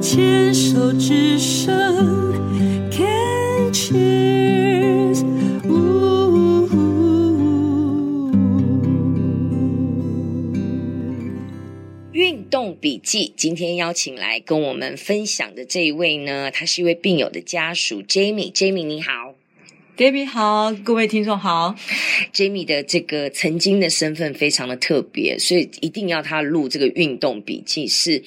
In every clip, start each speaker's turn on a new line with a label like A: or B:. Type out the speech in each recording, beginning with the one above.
A: 牵手之声，Can cheers。
B: 运动笔记，今天邀请来跟我们分享的这一位呢，他是一位病友的家属 Jamie。Jamie 你好
C: Debbie 好，各位听众好。
B: ，Jamie 的这个曾经的身份非常的特别，所以一定要他录这个运动笔记。是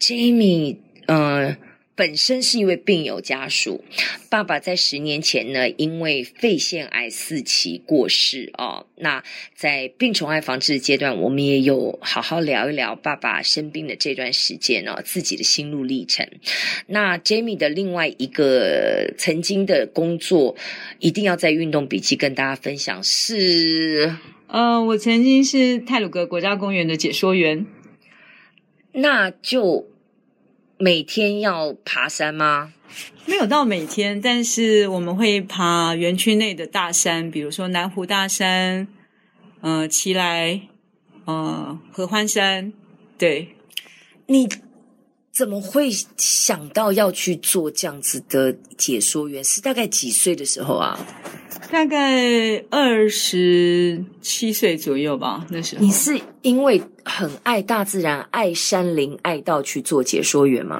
B: Jamie，呃，本身是一位病友家属，爸爸在十年前呢，因为肺腺癌四期过世哦。那在病虫害防治的阶段，我们也有好好聊一聊爸爸生病的这段时间哦，自己的心路历程。那 Jamie 的另外一个曾经的工作，一定要在运动笔记跟大家分享是。
C: 呃，我曾经是泰鲁格国家公园的解说员，
B: 那就每天要爬山吗？
C: 没有到每天，但是我们会爬园区内的大山，比如说南湖大山、呃，奇来、呃，合欢山，对，
B: 你怎么会想到要去做这样子的解说员？是大概几岁的时候啊？
C: 大概二十七岁左右吧，那时候
B: 你。是因为很爱大自然、爱山林、爱到去做解说员吗？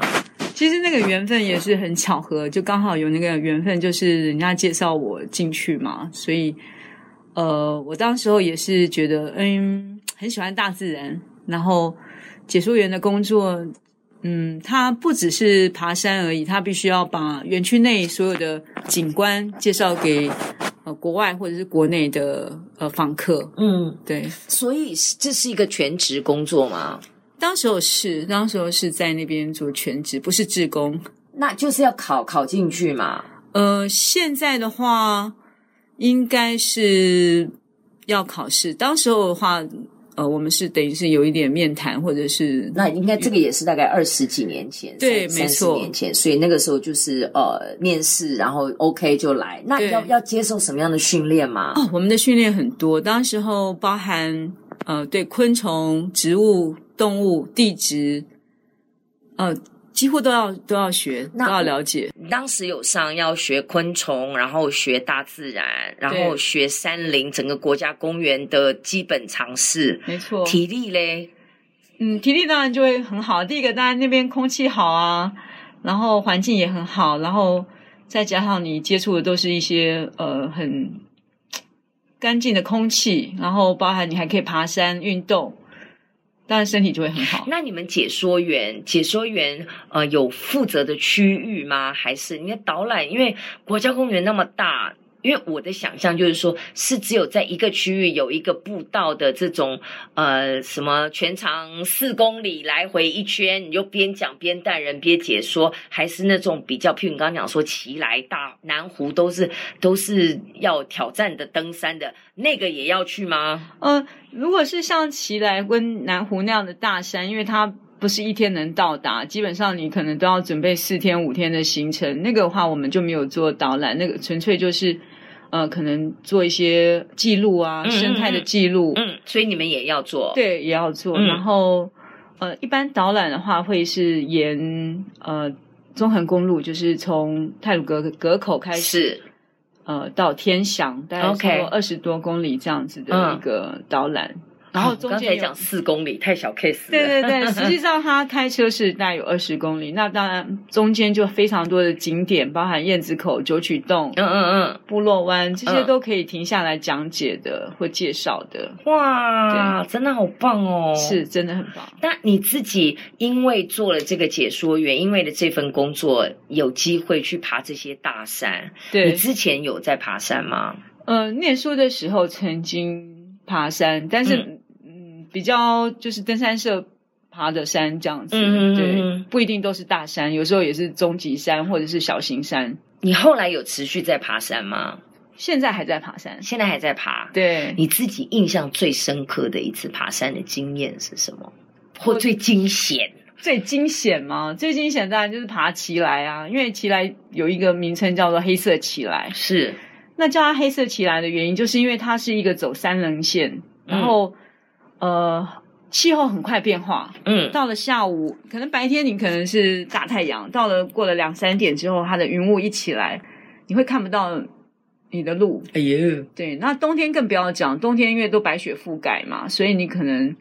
C: 其实那个缘分也是很巧合，就刚好有那个缘分，就是人家介绍我进去嘛，所以呃，我当时候也是觉得，嗯，很喜欢大自然，然后解说员的工作，嗯，它不只是爬山而已，它必须要把园区内所有的景观介绍给呃国外或者是国内的呃访客，
B: 嗯，
C: 对。
B: 所以是这是一个全职工作吗？
C: 当时候是，当时候是在那边做全职，不是志工。
B: 那就是要考考进去嘛。
C: 呃，现在的话应该是要考试。当时候的话，呃，我们是等于是有一点面谈，或者是
B: 那应该这个也是大概二十几年前，
C: 对
B: 三
C: 没
B: 十
C: 错
B: 年前，所以那个时候就是呃面试，然后 OK 就来。那
C: 对
B: 要要接受什么样的训练吗？
C: 哦，我们的训练很多。当时候包含呃，对昆虫、植物、动物、地质，呃，几乎都要都要学，都
B: 那
C: 要了解。
B: 当时有上要学昆虫，然后学大自然，然后学山林，整个国家公园的基本常识。
C: 没错
B: 体力嘞，
C: 嗯，体力当然就会很好。第一个，当然那边空气好啊，然后环境也很好，然后再加上你接触的都是一些呃很干净的空气，然后包含你还可以爬山运动，当然身体就会很好。
B: 那你们解说员，解说员呃有负责的区域吗？还是你的导览？因为国家公园那么大，因为我的想象就是说，是只有在一个区域有一个步道的这种呃什么全长四公里来回一圈，你就边讲边带人边解说，还是那种比较，譬如你刚刚讲说奇来大南湖都是都是要挑战的登山的那个也要去吗？
C: 呃，如果是像奇莱跟南湖那样的大山，因为它不是一天能到达，基本上你可能都要准备四天五天的行程。那个的话，我们就没有做导览，那个纯粹就是呃，可能做一些记录啊，
B: 嗯嗯
C: 生态的记录，
B: 嗯，所以你们也要做。
C: 对，也要做。
B: 嗯
C: 然后呃，一般导览的话会是沿呃中横公路，就是从泰鲁格格口开始，
B: 是。
C: 呃到天祥，大概
B: OK
C: 差不多二十多公里这样子的
B: 嗯
C: 一个导览。啊然后中
B: 刚才
C: 间有
B: 讲四公里太小 case 了。
C: 对对 对，实际上他开车是大概有二十公里，那当然中间就非常多的景点，包含燕子口、九曲洞、
B: 嗯嗯
C: 部落湾这些
B: 嗯
C: 都可以停下来讲解的或介绍的，
B: 嗯，哇，真的好棒哦！
C: 是。真的很棒。
B: 那你自己因为做了这个解说员，因为了这份工作，有机会去爬这些大山。你
C: 对，
B: 之前有在爬山吗？
C: 呃，念书的时候曾经爬山，但是
B: 嗯
C: 嗯比较就是登山社。爬的山这样子，
B: 嗯嗯嗯
C: 对
B: 嗯，
C: 不一定都是大山，有时候也是中级山或者是小型山。
B: 你后来有持续在爬山吗？
C: 现在还在爬山，
B: 现在还在爬。
C: 对，
B: 你自己印象最深刻的一次爬山的经验是什么？或
C: 我
B: 最惊险？
C: 最惊险吗？最惊险当然就是爬奇来啊，因为奇来有一个名称叫做黑色奇来。
B: 是
C: 那叫它黑色奇来的原因，就是因为它是一个走三棱线，然后、呃气候很快变化，
B: 嗯
C: 到了下午，可能白天你可能是大太阳，到了过了两三点之后，它的云雾一起来，你会看不到你的路。
B: 哎呦，
C: 对，那冬天更不要讲，冬天因为都白雪覆盖嘛，所以你可能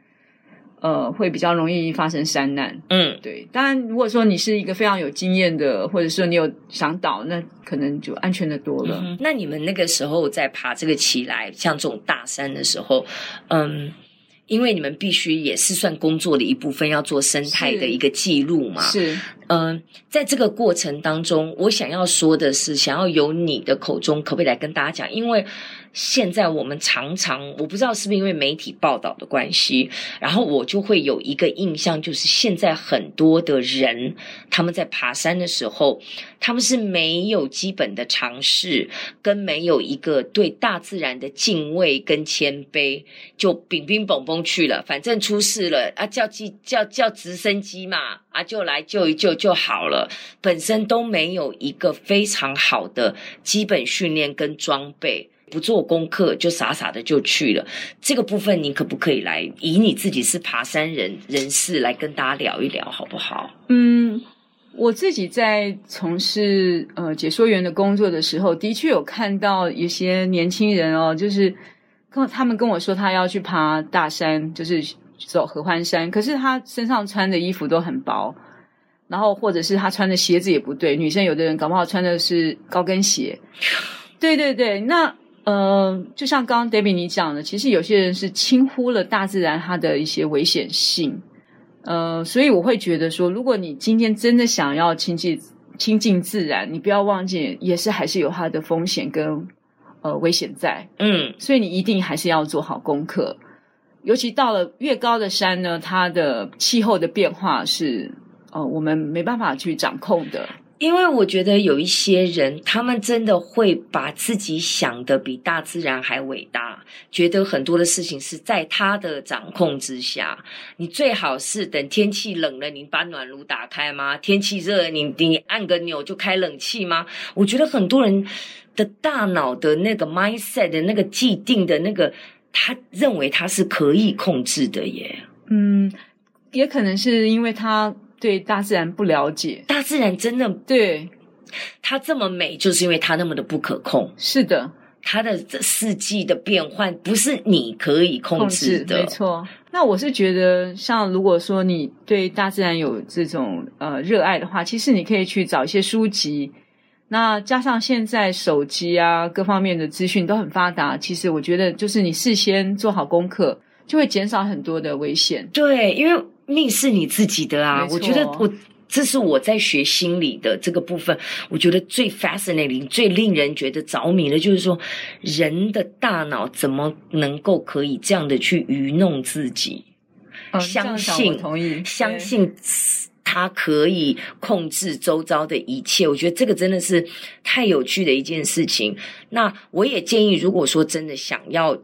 C: 呃会比较容易发生山难。
B: 嗯
C: 对，当然如果说你是一个非常有经验的，或者说你有向导，那可能就安全的多了。
B: 那你们那个时候在爬这个奇来，像这种大山的时候，嗯，因为你们必须也是算工作的一部分，要做生态
C: 是
B: 的一个记录嘛。
C: 是，
B: 嗯，在这个过程当中，我想要说的是，想要由你的口中，可不可以来跟大家讲？因为现在我们常常，我不知道是不是因为媒体报道的关系，然后我就会有一个印象，就是现在很多的人他们在爬山的时候，他们是没有基本的尝试，跟没有一个对大自然的敬畏跟谦卑，就饼饼蹦蹦去了，反正出事了啊，叫机叫叫直升机嘛，啊就来救一救就好了，本身都没有一个非常好的基本训练跟装备。不做功课就傻傻的就去了，这个部分你可不可以来以你自己是爬山人人士来跟大家聊一聊，好不好？
C: 嗯，我自己在从事呃解说员的工作的时候，的确有看到一些年轻人哦，就是跟他们跟我说他要去爬大山，就是走合欢山，可是他身上穿的衣服都很薄，然后或者是他穿的鞋子也不对，女生有的人搞不好穿的是高跟鞋，对对对，那。呃，就像刚刚 Debbie 你讲的，其实有些人是轻忽了大自然它的一些危险性，呃，所以我会觉得说，如果你今天真的想要亲近亲近自然，你不要忘记，也是还是有它的风险跟呃危险在，
B: 嗯
C: 所以你一定还是要做好功课。尤其到了越高的山呢，它的气候的变化是呃我们没办法去掌控的。
B: 因为我觉得有一些人，他们真的会把自己想的比大自然还伟大，觉得很多的事情是在他的掌控之下。你最好是等天气冷了，你把暖炉打开吗？天气热了，你你按个钮就开冷气吗？我觉得很多人的大脑的那个 mindset 的那个既定的那个，他认为他是可以控制的耶。
C: 嗯，也可能是因为他对大自然不了解。
B: 大自然真的，
C: 对，
B: 它这么美，就是因为它那么的不可控。
C: 是的，
B: 它的这四季的变换不是你可以控制的，
C: 没错。那我是觉得，像如果说你对大自然有这种呃热爱的话，其实你可以去找一些书籍。那加上现在手机啊各方面的资讯都很发达，其实我觉得就是你事先做好功课，就会减少很多的危险。
B: 对，因为命是你自己的啊
C: 没。错
B: 我觉得我这是我在学心理的这个部分，我觉得最 fascinating、最令人觉得着迷的，就是说人的大脑怎么能够可以这样的去愚弄自己，
C: 嗯，
B: 相
C: 这样想
B: 信
C: 我同意，
B: 相
C: 对
B: 信。他可以控制周遭的一切，我觉得这个真的是太有趣的一件事情。那我也建议，如果说真的想要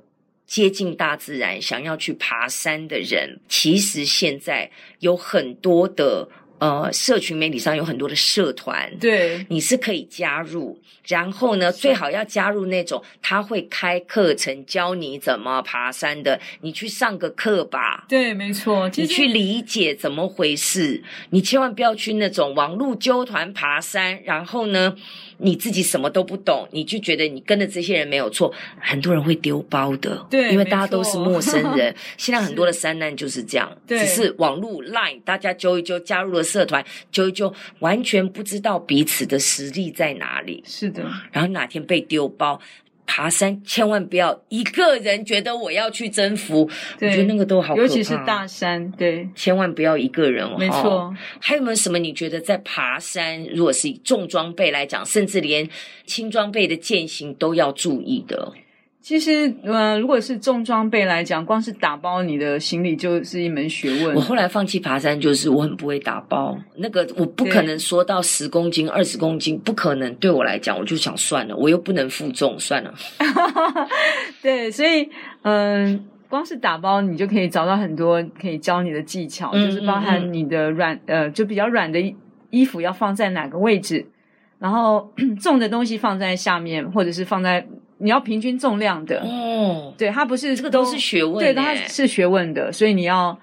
B: 接近大自然、想要去爬山的人，其实现在有很多的呃，社群媒体上有很多的社团。
C: 对
B: 你是可以加入，然后呢，最好要加入那种他会开课程教你怎么爬山的，你去上个课吧。
C: 对，没错。其
B: 你
C: 实
B: 去理解怎么回事，你千万不要去那种网络纠团爬山，然后呢，你自己什么都不懂，你就觉得你跟着这些人没有错，很多人会丢包的，
C: 对
B: 因为
C: 没
B: 大家都是
C: 错
B: 陌生 人，现在很多的山难就是这样，
C: 对
B: 只是网络 Line 大家揪一揪，加入了社团揪一揪，完全不知道彼此的实力在哪里，
C: 是的，
B: 然后哪天被丢包。爬山千万不要一个人觉得我要去征服，我
C: 对
B: 觉得那个都好可怕，啊
C: 尤其是大山，对，
B: 千万不要一个人哦。
C: 没错。
B: 还有没有什么你觉得在爬山，如果是以重装备来讲，甚至连轻装备的践行都要注意的？
C: 其实，呃，如果是重装备来讲，光是打包你的行李就是一门学问
B: 我。后来放弃爬山，就是我很不会打包，那个我不可能说到十公斤、二十公斤，不可能。对我来讲，我就想算了，我又不能负重，算了。
C: 对，所以，嗯、光是打包你就可以找到很多可以教你的技巧，
B: 嗯
C: 就是包含你的软，呃，就比较软的衣衣服要放在哪个位置，然后 重的东西放在下面，或者是放在你要平均重量的。
B: 哦，
C: 对，它不是
B: 这个都是学问、
C: 对，
B: 欸，
C: 它是学问的，所以你要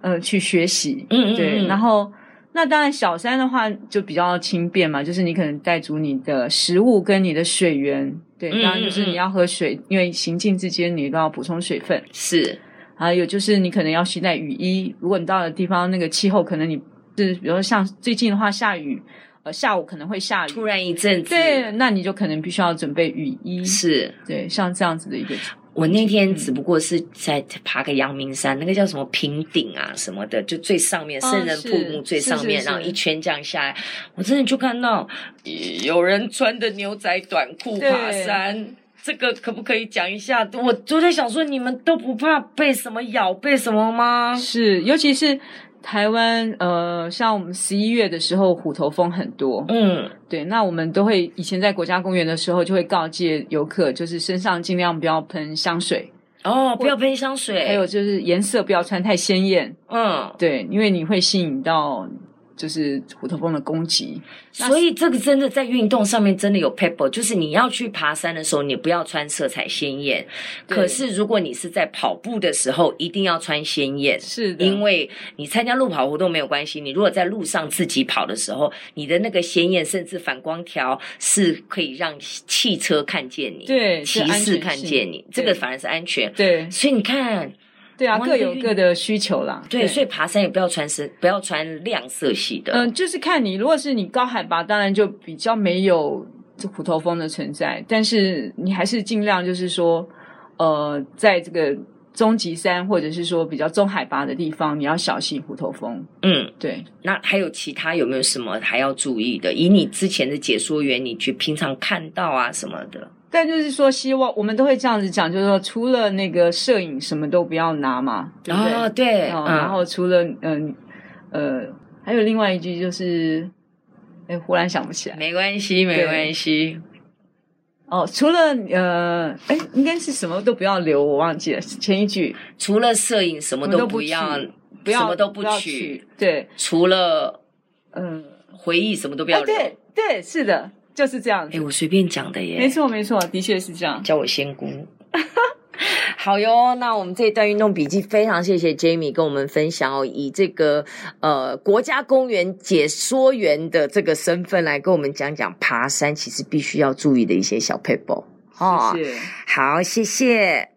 C: 呃去学习，
B: 嗯嗯
C: 对，
B: 嗯
C: 然后那当然小山的话就比较轻便嘛，就是你可能带足你的食物跟你的水源，对，
B: 嗯
C: 当然就是
B: 嗯嗯
C: 你要喝水，因为行进之间你都要补充水分，
B: 是，
C: 还有就是你可能要携带雨衣，如果你到的地方那个气候可能你是，比如说像最近的话下雨，呃，下午可能会下雨。
B: 突然一阵子，
C: 对，那你就可能必须要准备雨衣。
B: 是啊
C: 对，像这样子的一个
B: 我那天只不过是在爬个阳明山，那个叫什么平顶啊什么的，就最上面
C: 哦
B: 圣人
C: 是
B: 瀑布最上面，
C: 是是是
B: 然后一圈这样下来，我真的就看到呃有人穿着牛仔短裤
C: 对
B: 爬山。这个可不可以讲一下？我就在想说，你们都不怕被什么咬，被什么吗？
C: 是，尤其是台湾，呃，像我们十一月的时候，虎头蜂很多。
B: 嗯，
C: 对，那我们都会以前在国家公园的时候，就会告诫游客，就是身上尽量不要喷香水，
B: 哦，不要喷香水，
C: 还有就是颜色不要穿太鲜艳。
B: 嗯，
C: 对，因为你会吸引到就是虎头蜂的攻击。那
B: 所以这个真的在运动上面真的有 pepper，就是你要去爬山的时候，你不要穿色彩鲜艳。
C: 对
B: 可是如果你是在跑步的时候，一定要穿鲜艳。
C: 是的，
B: 因为你参加路跑活动没有关系，你如果在路上自己跑的时候，你的那个鲜艳甚至反光条是可以让汽车看见你，
C: 对是
B: 骑
C: 安
B: 士
C: 全
B: 看
C: 性
B: 见你，这
C: 对
B: 个反而是安全。
C: 对
B: 所以你看，
C: 对啊，
B: 我
C: 各
B: 那
C: 有
B: 个
C: 各的需求啦。
B: 对，所以爬山也不要穿深，不要穿亮色系的。
C: 嗯、就是看你，如果是你高海拔，当然就比较没有这虎头蜂的存在，但是你还是尽量就是说，呃，在这个中级山或者是说比较中海拔的地方，你要小心虎头蜂。
B: 嗯。
C: 对，
B: 那还有其他有没有什么还要注意的？以你之前的解说员，你去平常看到啊什么的，
C: 但就是说，希望我们都会这样子讲，就是说，除了那个摄影，什么都不要拿嘛，对不对？
B: 哦对，
C: 哦
B: 嗯，
C: 然后除了嗯呃还有另外一句就是，哎，忽然想不起来。
B: 没关系，没关系，
C: 哦，除了呃，哎，应该是什么都不要留，我忘记了前一句，
B: 除了摄影什么
C: 我们都
B: 都
C: 不
B: 不要
C: 去，不要
B: 什么都
C: 不
B: 不
C: 要
B: 取
C: 取，对，
B: 除了
C: 嗯、
B: 回忆什么都不
C: 呃，
B: 要
C: 啊，
B: 留。
C: 对对，是的，就是这样子，
B: 哎，我随便讲的耶，
C: 没错没错，的确是这样。
B: 叫我仙姑。 好哟，那我们这一段运动笔记非常谢谢 Jamie 跟我们分享哦，以这个呃国家公园解说员的这个身份来跟我们讲讲爬山其实必须要注意的一些小 paper 哦。
C: 谢谢。
B: 好，谢谢。